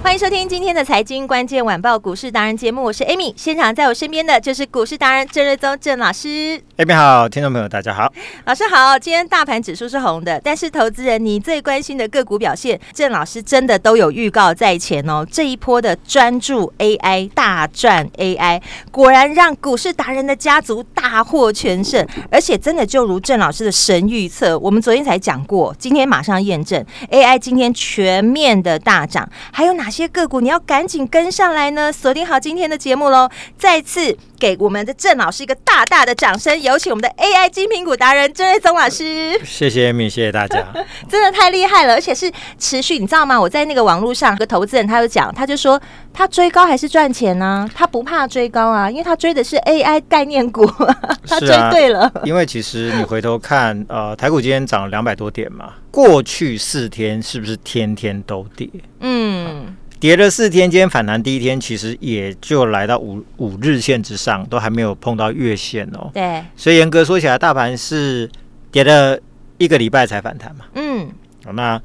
欢迎收听今天的财经关键晚报股市达人节目，我是 Amy，现场在我身边的就是股市达人郑瑞宗郑老师。哎，你好，听众朋友，大家好。老师好，今天大盘指数是红的，但是投资人你最关心的个股表现，郑老师真的都有预告在前哦。这一波的专注 AI 大赚 AI，果然让股市达人的家族大获全胜，而且真的就如郑老师的神预测，我们昨天才讲过，今天马上验证 AI 今天全面的大涨，还有哪些个股你要赶紧跟上来呢？锁定好今天的节目喽，再次。给我们的郑老师一个大大的掌声，有请我们的 AI 金苹果达人郑瑞宗老师，谢谢 Amy，谢谢大家。真的太厉害了，而且是持续，你知道吗？我在那个网络上，有个投资人他就讲，他就说他追高还是赚钱呢、他不怕追高啊，因为他追的是 AI 概念股， 他追是啊对了，因为其实你回头看，呃，台股今天涨了两百多点嘛，过去四天是不是天天都跌？嗯，跌了四天，今天反弹第一天其实也就来到五五日线之上，都还没有碰到月线哦。对，所以严格说起来，大盘是跌了一个礼拜才反弹嘛。嗯，哦那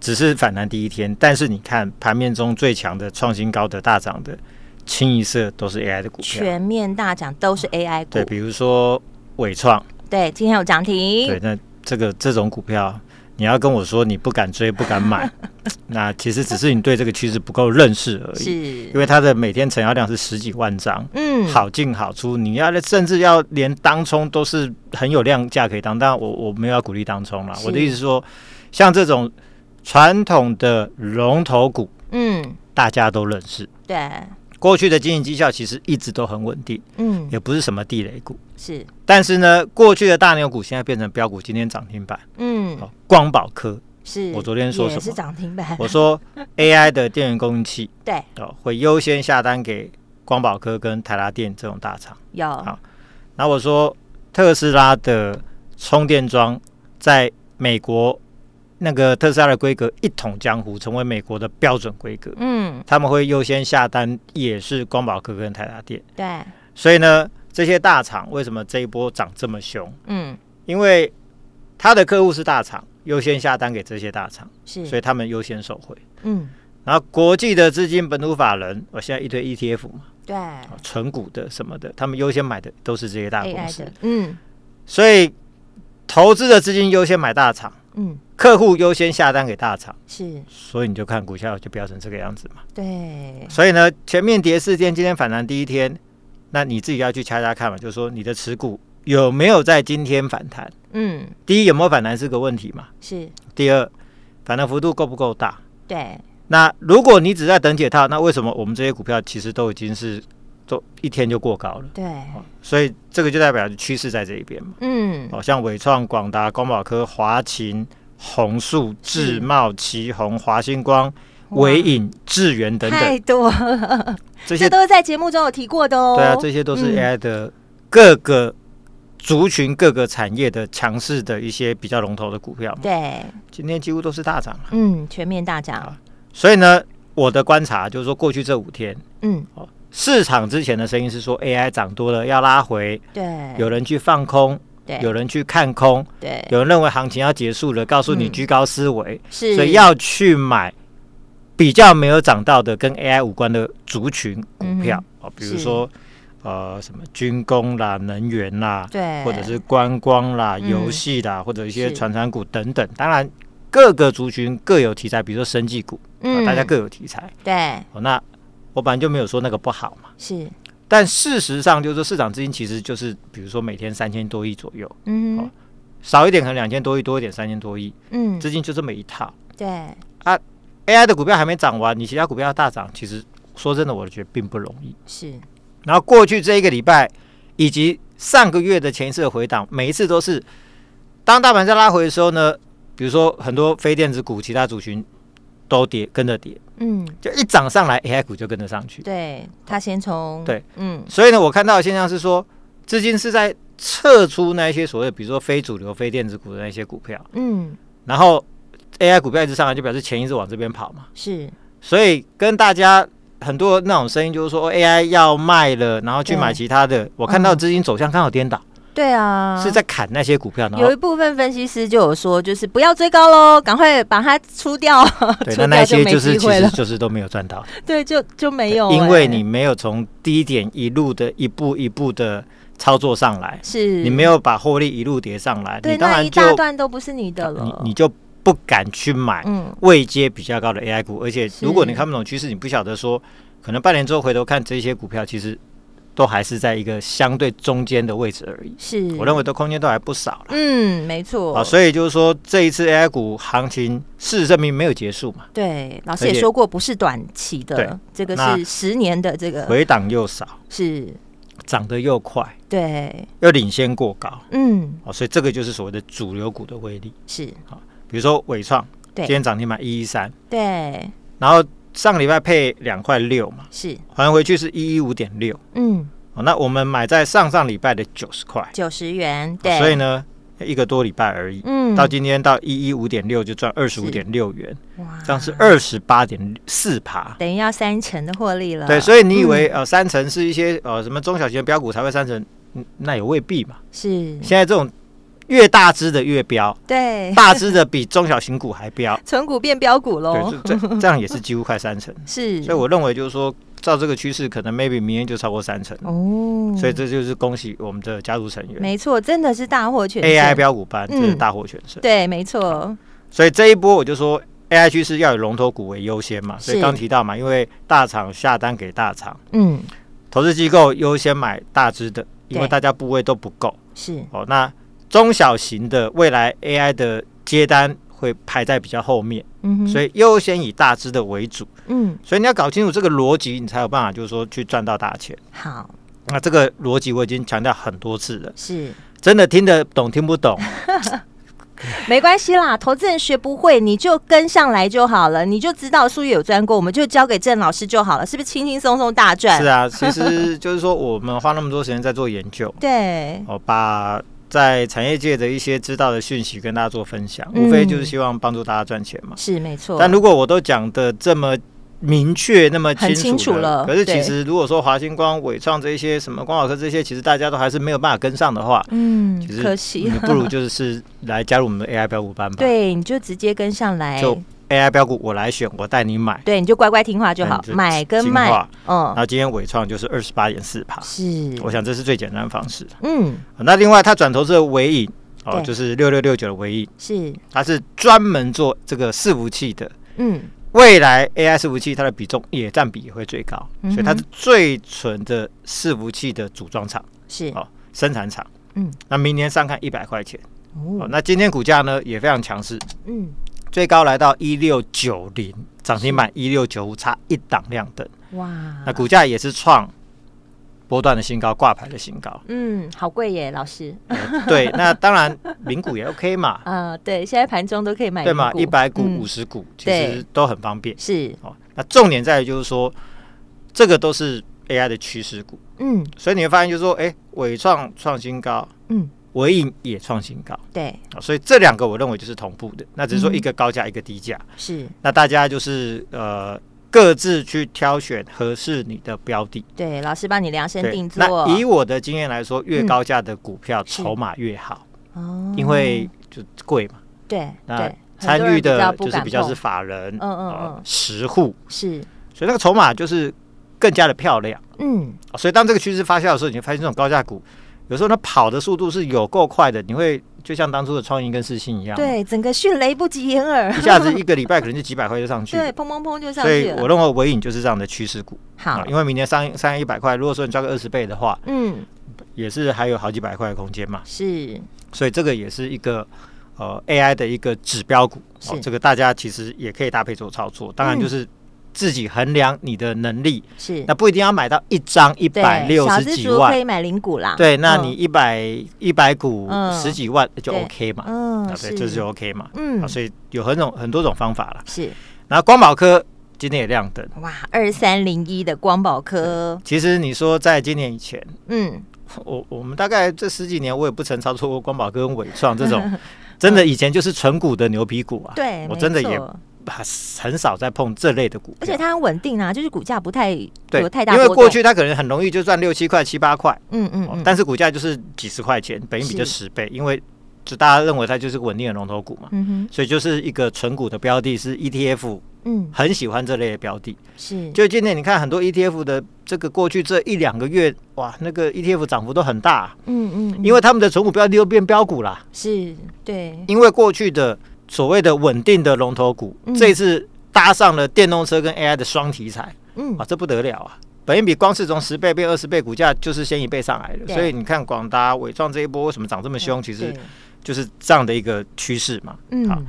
只是反弹第一天，但是你看盘面中最强的、创新高的、大涨的，清一色都是 AI 的股票。全面大涨都是 AI 股啊对，，比如说伟创，对，今天有涨对停，，那这个这种股票，你要跟我说你不敢追、不 敢买，那其实只是你对这个趋势不够认识而已。是因，为它的每天成交量是十几万张，嗯，，好进好出，你要甚至要连当冲都是很有量价可以当，但我我没有要鼓励当冲啦。是我的意思是说，像这种传统的龙头股，嗯，大家都认识。对，过去的经营绩效其实一直都很稳定，嗯，也不是什么地雷股。是，但是呢，过去的大牛股现在变成标股，今天涨停板。嗯，好，光宝科，是，我昨天说什也么是涨停板，我说 AI 的电源供应器对，哦，会优先下单给光宝科跟台达电这种大厂。有，好然后我说特斯拉的充电桩在美国那个特斯拉的规格一统江湖，成为美国的标准规格。嗯，他们会优先下单，也是光宝科跟台达电。对，所以呢，这些大厂为什么这一波涨这么凶？嗯，因为他的客户是大厂，优先下单给这些大厂，是，所以他们优先受惠。嗯，然后国际的资金、本土法人，我现在一堆 ETF 嘛，对啊纯股的什么的，他们优先买的都是这些大公，AI 司的，，嗯所以投资的资金优先买大厂，嗯，客户优先下单给大厂，是所以你就看股价就飙成这个样子嘛。对，所以呢，前面跌四天，今天反弹第一天，那你自己要去掐掐看嘛，就是说你的持股有没有在今天反弹？嗯第一，有没有反弹是个问题嘛？是，第二，反弹幅度够不够大？对，那如果你只在等解套，那为什么我们这些股票其实都已经是都一天就过高了？对，所以这个就代表趋势在这一边嘛。嗯哦，像伟创、广达、光宝科、华勤、宏树、是智茂、旗宏、华星光、伟影、智源等太等多了，这些这，都是在节目中有提过的哦。对啊，这些都是嗯 AI 的各个族群、各个产业的强势的一些比较龙头的股票嘛。对，今天几乎都是大涨嘛。嗯，全面大涨，所以呢，我的观察就是说，过去这五天嗯，市场之前的声音是说 AI 涨多了要拉回，对，有人去放空，对有人去看空，对有人认为行情要结束了，告诉你哎嗯居高思维，是，所以要去买比较没有涨到的跟 AI 无关的族群股票哦，比如嗯是说呃什么军工啦、能源啦，对，或者是观光啦、哎嗯游戏啦，或者一些是传产股等等。当然，各个族群各有题材，比如说生技股，啊嗯，大家各有题材。对哦，那我本来就没有说那个不好嘛。是，但事实上，就是说市场资金其实就是，比如说每天三千多亿左右，嗯好少一点可能两千多亿，多一点三千多亿，嗯，资金就这么一套。对， AI 的股票还没涨完，你其他股票要大涨，其实说真的，我觉得并不容易。是，然后过去这一个礼拜以及上个月的前一次的回档，每一次都是当大盘在拉回的时候呢，比如说很多非电子股、其他族群都跌，跟着跌，嗯，就一涨上来，AI 股就跟着上去。对，他先从对，嗯，所以呢，我看到的现象是说，资金是在撤出那一些所谓比如说非主流、非电子股的那些股票，嗯，然后 AI 股票一直上来，就表示钱一直往这边跑嘛。是所以跟大家很多那种声音就是说哦 AI 要卖了，然后去对买其他嗯的。我看到资金走向刚好颠倒，对啊，是在砍那些股票，然后有一部分分析师就有说，就是不要追高喽，赶快把它出掉， 对，出那那掉就一些没就是机其会实了。就是都没有赚到，对，就就 没有欸、因为你没有从低点一路的一步一步的操作上来，是你没有把获利一路叠上来，对你当那然一就啊大段都不是你的你了，你就不敢去买嗯位阶比较高的 AI 股，而且是如果你看不懂趋势，你不晓得说，可能半年之后回头看这些股票，其实都还是在一个相对中间的位置而已。是，我认为都空间都还不少了。嗯没错，啊，所以就是说，这一次 AI 股行情，事实证明没有结束嘛，对老师而也且说过，不是短期对的，这个那是十年的，这个回档又少，是涨得又快，对，又领先过高嗯啊，所以这个就是所谓的主流股的威力。是比如说伟创，对今天涨停板一一三，对然后上个礼拜配两块六嘛，是，还回去是一一五点六，嗯哦，那我们买在上上礼拜的九十块，九十元哦对，所以呢，一个多礼拜而已，嗯到今天到一一五点六就赚二十五点六元，哇这样是二十八点四趴。等于要三成的获利了，对，所以你以嗯为、呃三成是一些呃什么中小型的标股才会三成，嗯那也未必嘛。是现在这种越大只的越标， 对，大只的比中小型股还标存股变标股喽对，，这这这样也是几乎快三成。是，所以我认为就是说，照这个趋势，可能 maybe 明天就超过三成。哦，所以这就是恭喜我们的家族成员没错，真的是大获全胜 AI 标股班，真是嗯大获全胜。对，没错，所以这一波我就说 AI 趋势要以龙头股为优先嘛，所以是刚提到嘛，因为大厂下单给大厂，嗯，投资机构优先买大只的，因为对大家部位都不够是哦。那中小型的未来 AI 的接单会排在比较后面，嗯哼，所以优先以大只的为主。嗯，所以你要搞清楚这个逻辑，你才有办法就是说去赚到大钱。好，那这个逻辑我已经强调很多次了，是真的听得懂听不懂，没关系啦，投资人学不会，你就跟上来就好了，你就知道术业有专攻，我们就交给郑老师就好了，是不是轻轻松松大赚？是啊，其 实就是说我们花那么多时间在做研究，对，哦，把在产业界的一些知道的讯息跟大家做分享，嗯无非就是希望帮助大家赚钱嘛。是没错，但如果我都讲的这么明确、那么清很楚清楚了可是对其实如果说华星光、伟创这一些什么光宝科这些，其实大家都还是没有办法跟上的话，嗯其，实可惜你，不如就是来加入我们的 AI 标股班吧。 对，你就直接跟上来，就 AI 标股我来选，我带你买。对，你就乖乖听话就好嗯，就买跟听卖话，嗯，那今天伟创就是二十八点四趴，是，我想这是最简单的方式。嗯，那另外，他转投资的尾影哦，对就是六六六九的尾影，是，它是专门做这个伺服器的。嗯，未来 AI 伺服器它的比重也占比也会最高，嗯哼所以它是最纯的伺服器的组装厂是，哦，生产厂。嗯，那明年上看一百块钱哦哦，，那今天股价呢也非常强势，嗯，最高来到一六九零，涨停板一六九五，差一档亮灯。哇那，股价也是创波段的新高，挂牌的新 高。嗯，好贵耶，老师。呃对，那当然名股也 OK 嘛，啊，对，现在盘中都可以买对嘛，零一百股、嗯五十股其对实都很方便。是，哦，那重点在于就是说，这个都是 AI 的趋势股，嗯，所以你会发现就是说，哎、伟创创新高，嗯，伟影也创新高、对，哦所以这两个我认为就是同步的，那只是说嗯一个高价一个低价，是，那大家就是呃各自去挑选合适你的标的。对，老师帮你量身定做嗯那，以我的经验来说，越高价的股票是筹码越好，哦因为就贵嘛。对那对，很参多人与比较的不就是敢比较是碰，法人，嗯嗯呃嗯实户，是，所以那个筹码就是更加的漂亮。嗯，所以当这个趋势发酵的时候，你会发现这种高价股，有时候它跑的速度是有够快的，你会就像当初的创意跟世信一样，，对，整个迅雷不及掩耳，一下子一个礼拜可能就几百块就上去了对，。砰砰砰就上所以去我了，认为尾影就是这样的趋势股啊好，因为明年上上一百块，如果说你抓个二十倍的话，嗯，也是还有好几百块的空间嘛。是，所以这个也是一个呃 AI 的一个指标股，是这个大家其实也可以搭配做操作。当然就是自己衡量你的能力，是那不一定要买到一张一对百六小十资几族可以万。买零股啦。对，那嗯你一百一百股嗯十几万就对 OK 嘛，嗯啊对，这就 OK 嘛。嗯啊所以有很种很多种方法啦。是然后光宝科今天也亮灯，哇，二三零一的光宝科，其实你说在今年以前，嗯，我我们大概这十几年我也不曾操作过光宝科跟伟创这种， 真的以前就是纯股的牛皮股啊。嗯对，我没真的也错很少在碰这类的股而且票，它很稳定啊，就是股价不太对有太大因波动，为过去它可能很容易就赚六七块、七八块，嗯嗯哦嗯，但是股价就是几十块钱，本益比是就十倍，因为就大家认为它就是稳定的龙头股嘛，嗯哼所以就是一个纯股的标的，是 ETF 嗯很喜欢这类的标的。是就今年你看很多 ETF 的这个过去这一两个月，哇，那个 ETF 涨幅都很大，嗯嗯嗯因为他们的纯股标的又变标股啦，是对因为过去的所谓的稳定的龙头股嗯，这一次搭上了电动车跟 AI 的双题材。嗯啊，这不得了啊！本益比光是从十倍变二十倍，股价就是先一倍上来的。对嗯所以你看广达、伟创这一波为什么涨这么凶，其实对就是这样的一个趋势嘛。好嗯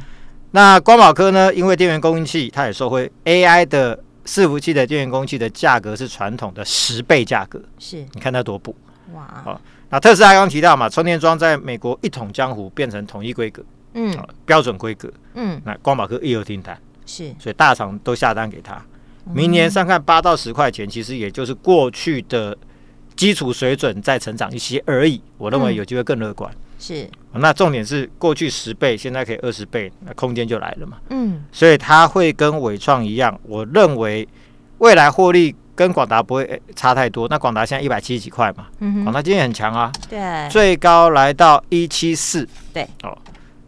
那光宝科呢，因为电源供应器它也受惠 AI 的伺服器的电源供应器的价格是传统的十倍价格，是你看它多补。哇好那特斯拉刚刚提到嘛，充电桩在美国一统江湖变成统一规格、嗯啊、标准规格，嗯那光宝科也有订单，是所以大厂都下单给他。嗯明年上看八到十块钱，其实也就是过去的基础水准再成长一些而已。我认嗯为有机会更乐观。是那重点是过去十倍，现在可以二十倍，那空间就来了嘛。嗯所以它会跟伟创一样，我认为未来获利跟广达不会诶差太多。那广达现在一百七十几块嘛，嗯广哼达今天很强啊，对最高来到一七四。对，哦，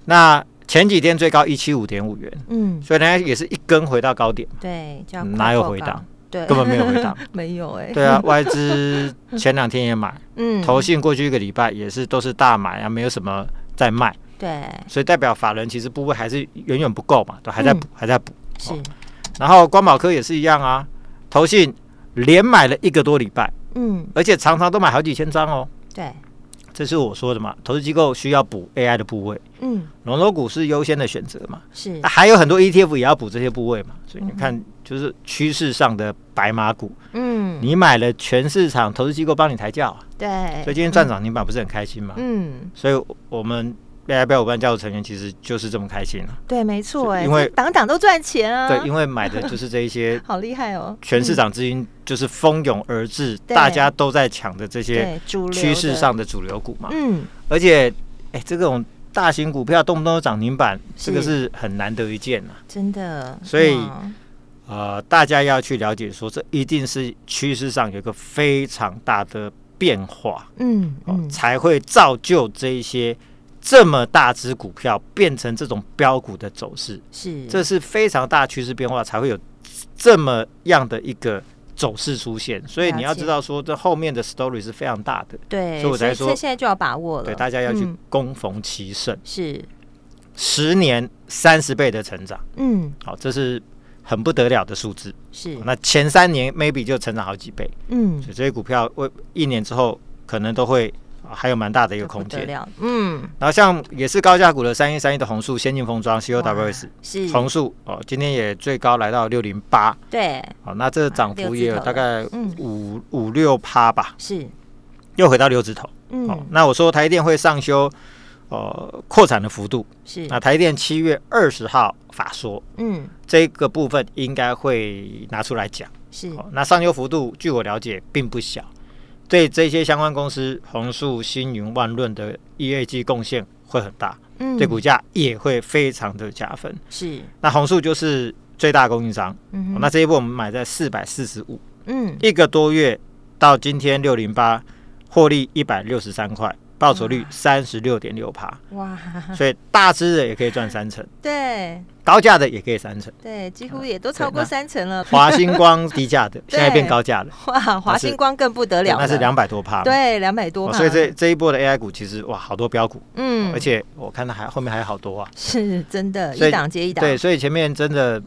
那前几天最高一七五点五元，嗯所以人家也是一根回到高点，对叫嗯哪有回 档？对根本没有回档。 没有哎对啊，外资前两天也买， 嗯投信过去一个礼拜也是都是大买啊，没有什么在卖，对所以代表法人其实部位还是远远不够嘛，都嗯还在补，还在补。是然后光宝科也是一样啊，投信连买了一个多礼拜，嗯而且常常都买好几千张哦。对这是我说的嘛，投资机构需要补 AI 的部位，嗯龙头股是优先的选择嘛，是那还有很多 ETF 也要补这些部位嘛，所以你看就是趋势上的白马股，嗯你买了全市场投资机构帮你抬轿啊、对所以今天赚涨停板不是很开心嘛？哎嗯所以我们 AI 标伙伴家族成员其实就是这么开心了、对没错哎因为这档档都赚钱啊对，因为买的就是这 一些好厉害哦全市场资金就是蜂拥而至，对大家都在抢的这些嗯对主流趋势的上的主流股嘛。嗯而且，哎，这种大型股票动不动就涨停板，是这个是很难得一见啊。真的所以哇呃，大家要去了解说，这一定是趋势上有一个非常大的变化。嗯哦嗯才会造就这一些这么大只股票变成这种标股的走势，是这是非常大趋势变化才会有这么样的一个走势出现。所以了你解要知道说，这后面的 story 是非常大的，对所以我才说这现在就要把握了对大家要去嗯攻逢其胜，是十年三十倍的成长，嗯好、这是。很不得了的数字，是哦那前三年 maybe 就成长好几倍，嗯所以这些股票为一年之后可能都会、啊还有蛮大的一个这不空得间。了嗯然后像也是高价股的三一三一的红树先进封装 COWS 哇是红树哦，今天也最高来到六零八，对好，那这个涨六幅字也有头大了概嗯五、五六趴吧，是又回到六字头。哦嗯，那我说台积电会上修呃扩产的幅度，是那台积电七月二十号法说嗯这个部分应该会拿出来讲。是哦，那上修幅度据我了解并不小，对这些相关公司红树、星云、万润的业绩贡献会很大。嗯对股价也会非常的加分。是那红树就是最大供应商，嗯哦哼那这一波我们买在四百四十五，嗯一个多月到今天六零八，获利一百六十三块，报酬率三十六点六趴，哇所以大只的也可以赚三成，对高价的也可以三成，对几乎也都超过那三成了华星光低价 的现在变高价了，哇华星光更不得对了那是了两百多趴，对两百多哦。嘛所以这这一波的 AI 股其实哇，好多标股，嗯而且我看它还后面还有好多啊。是真的所以一档接一档对，所以前面真的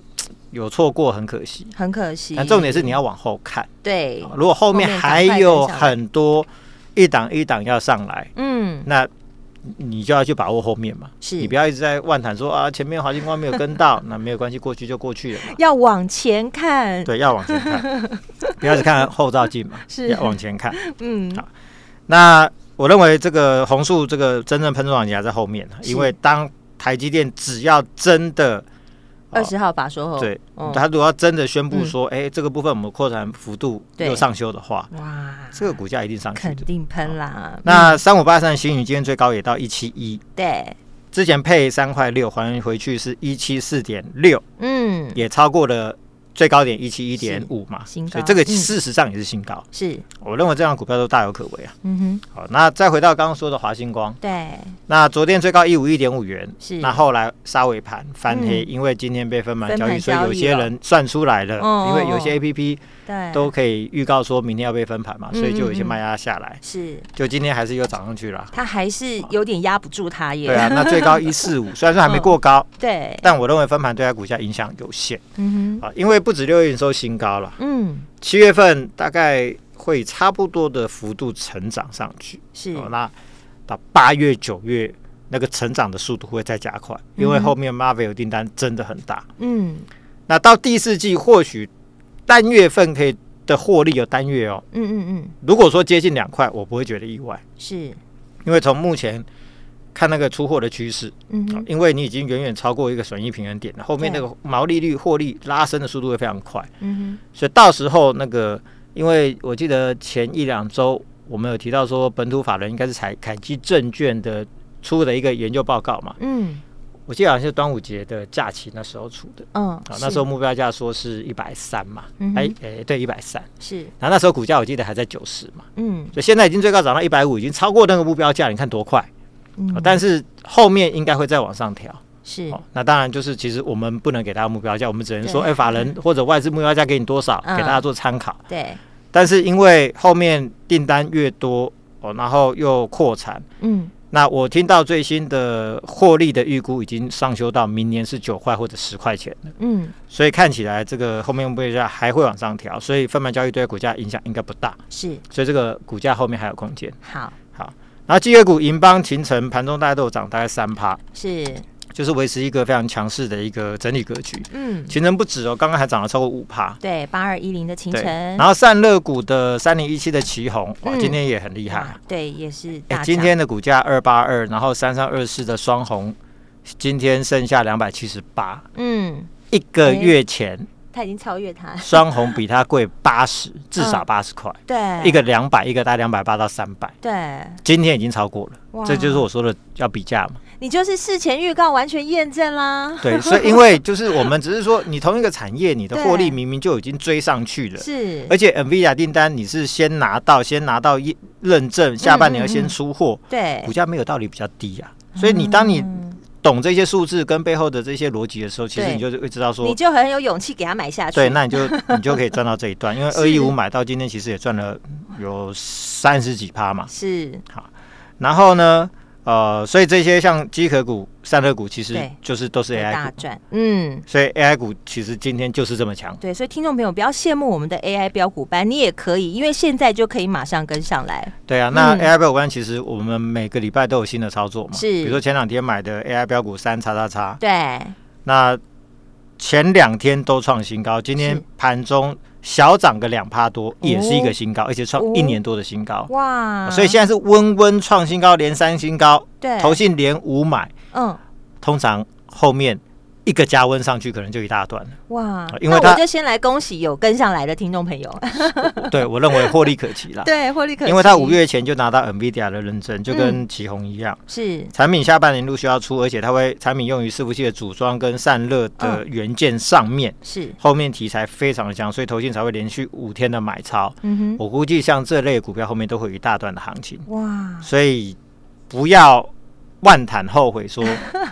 有错过，很可惜。很可惜但重点是你要往后看，对如果后面还有很多一档一档要上来，嗯那你就要去把握后面嘛。是你不要一直在万谈说啊，前面华金光没有跟到，那没有关系，过去就过去了嘛。要往前看，对，要往前看，不要只看后照镜嘛，是要往前看。嗯，好那我认为这个红树这个真正喷出涨停还在后面，是因为当台积电只要真的二十号法说后，对，哦他如果要真的宣布说，哎、这个部分我们扩展幅度对又上修的话，哇，这个股价一定上去肯的。定喷啦。嗯那三五八三星宇今天最高也到一七一，对，之前配三块六，还回去是一七四点六，嗯，也超过了最高点一七一点五嘛，新高所以这个嗯事实上也是新高。是，我认为这样股票都大有可为啊。嗯哼，好，那再回到刚刚说的华星光，对，那昨天最高一五一点五元，是那后来杀尾盘翻黑，嗯因为今天被分盘分交盘易，所以交有易些了人算出来了，哦因为有哦些 A P P 对，都可以预告说明天要被分盘嘛，所以就有一些嗯嗯嗯卖压下来，是，就今天还是又涨上去了。他还是有点压不住他耶。对啊，那最高一四五，虽然说嗯还没过高， 对，但我认为分盘对它股价影响有限嗯哼，啊，因为不止六月营收新高了，嗯，七月份大概会以差不多的幅度成长上去。是，哦，那到八月、九月那个成长的速度会再加快，因为嗯哼后面 Marvel 订单真的很大。嗯那到第四季或许单月份可以的获利有单月哦，嗯嗯嗯，如果说接近两块，我不会觉得意外，是，因为从目前。看那个出货的趋势、嗯哦哼，因为你已经远远超过一个损益平衡点了，后面那对个毛利率、获利拉升的速度会非常快，嗯所以到时候那个，因为我记得前一两周我们有提到说，本土法人应该是采凯基证券的出的一个研究报告嘛哼，，嗯我记得好像是端午节的假期那时候出的。嗯，啊，是那时候目标价说是一百三嘛，嗯哼哎、哎对，一百三。是，然后那时候股价我记得还在九十嘛，嗯所以现在已经最高涨到一百五，已经超过那个目标价，你看多快。嗯啊，但是后面应该会再往上调。是，哦，那当然就是其实我们不能给大家目标价，我们只能说，对哎、法人或者外资目标价给你多少，嗯给大家做参考。对，但是因为后面订单越多哦，然后又扩产，嗯那我听到最新的获利的预估已经上修到明年是九块或者十块钱了，嗯所以看起来这个后面目标价还会往上调，所以分盘交易对股价影响应该不大，是，所以这个股价后面还有空间。好好，然后绩优股银邦、秦城盘中大概都有涨大概三趴，是，就是维持一个非常强势的一个整理格局。嗯秦城不止哦，刚刚还涨了超过五趴。对，八二一零的秦对，城，然后散热股的三零一七的旗红，哇，嗯今天也很厉害啊哇。对，也是哎、大今涨天的股价二八二，然后三三二四的双红，今天剩下两百七十八。嗯，一个月前，他已经超越他，双红比它贵 八十，至少八十块，对，一个两百，一个大概两百八到三百，对，今天已经超过了哇。这就是我说的要比价嘛。你就是事前预告完全验证啦， 对，所以因为就是我们只是说，你同一个产业，你的获对利明明就已经追上去了。是而，且 NVIDIA 订单你是先拿到，先拿到一认证，下半年要先出货，对股，价没有道理比较低啊。所以你当你嗯懂这些数字跟背后的这些逻辑的时候，其实对你就会知道你说，就很有勇气给他买下去，对，那你就你就可以赚到这一 段，因为是二一五买到今天其实也赚了有三十几趴嘛。是，然后呢，呃，所以这些像机壳股、散热股，其实对就是都是有大 AI 股，赚，嗯。所以 AI 股其实今天就是这么强。对，所以听众朋友不要羡慕我们的 AI 标股班，你也可以，因为现在就可以马上跟上来。对啊，那嗯 AI 标股关其实我们每个礼拜都有新的操作嘛，是比如说前两天买的 AI 标股三叉叉叉，对，那前两天都创新高，今天是盘中小涨个两趴多，也是一个新高，而且创哦一年多的新高。哇，哦所以现在是温温创新高，连三新高，对，投信连五买，嗯，通常后面一个加温上去，可能就一大段了。哇，哦因那为我它就先来恭喜有跟上来的听众朋友，对我认为获利可期啦， 对，获利可期，嗯因为它五月前就拿到 NVIDIA 的认证，就跟旗宏一样。是产品下半年陆续要出，而且它会产品用于伺服器的组装跟散热的元件上面，是，后面题材非常的强，所以投信才会连续五天的买超。嗯我估计像这类股票后面都会有一大段的行情，哼，哇，所以不要万谈后悔说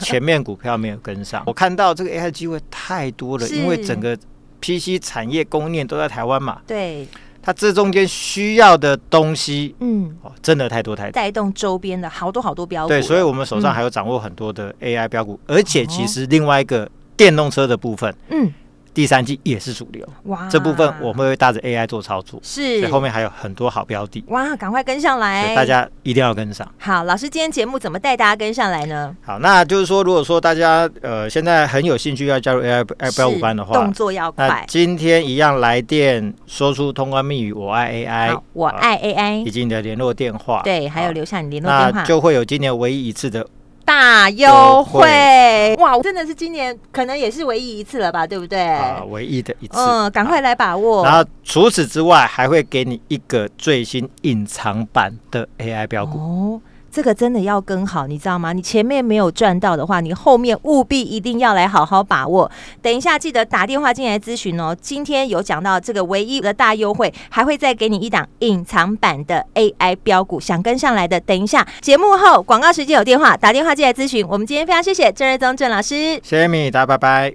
前面股票没有 跟上。我看到这个 AI 机会太多了，是因为整个 PC 产业供应链都在台湾嘛，对，它这中间需要的东西嗯，哦，真的太多太多。带动周边的好多好多标股，对，所以我们手上嗯还哦有掌握很多的 AI 标股，而且其实另外一个电动车的部分，嗯，第三季也是主流。哇这部分我们会搭着 AI 做操作，所啊是哎以后面还有很多好标的，哇，赶快跟上所来，以大家一定要跟上。好，老师今天节目怎么带大家跟上来呢？好，那就是说，如果说大家呃现在很有兴趣要加入 AI 二标是五班的话动，作要那快。今天一样来电说出通关密语“我爱 AI”，好，我好爱 AI，以及你的联络电话，对，还有好留下你联络电那话，就会有今年唯一一次的大优惠哇！真的是今年可能也是唯一一次了吧，对不对？啊唯一的一次，嗯，赶快来把握。然后除此之外，还会给你一个最新隐藏版的 AI 标股。哦，这个真的要跟好，你知道吗？你前面没有赚到的话，你后面务必一定要来好好把握。等一下记得打电话进来咨询哦。今天有讲到这个唯一的大优惠，还会再给你一档隐藏版的 AI 标股，想跟上来的，等一下节目后广告时间有电话打电话进来咨询。我们今天非常谢谢郑瑞宗郑老师。谢谢米，大家拜拜。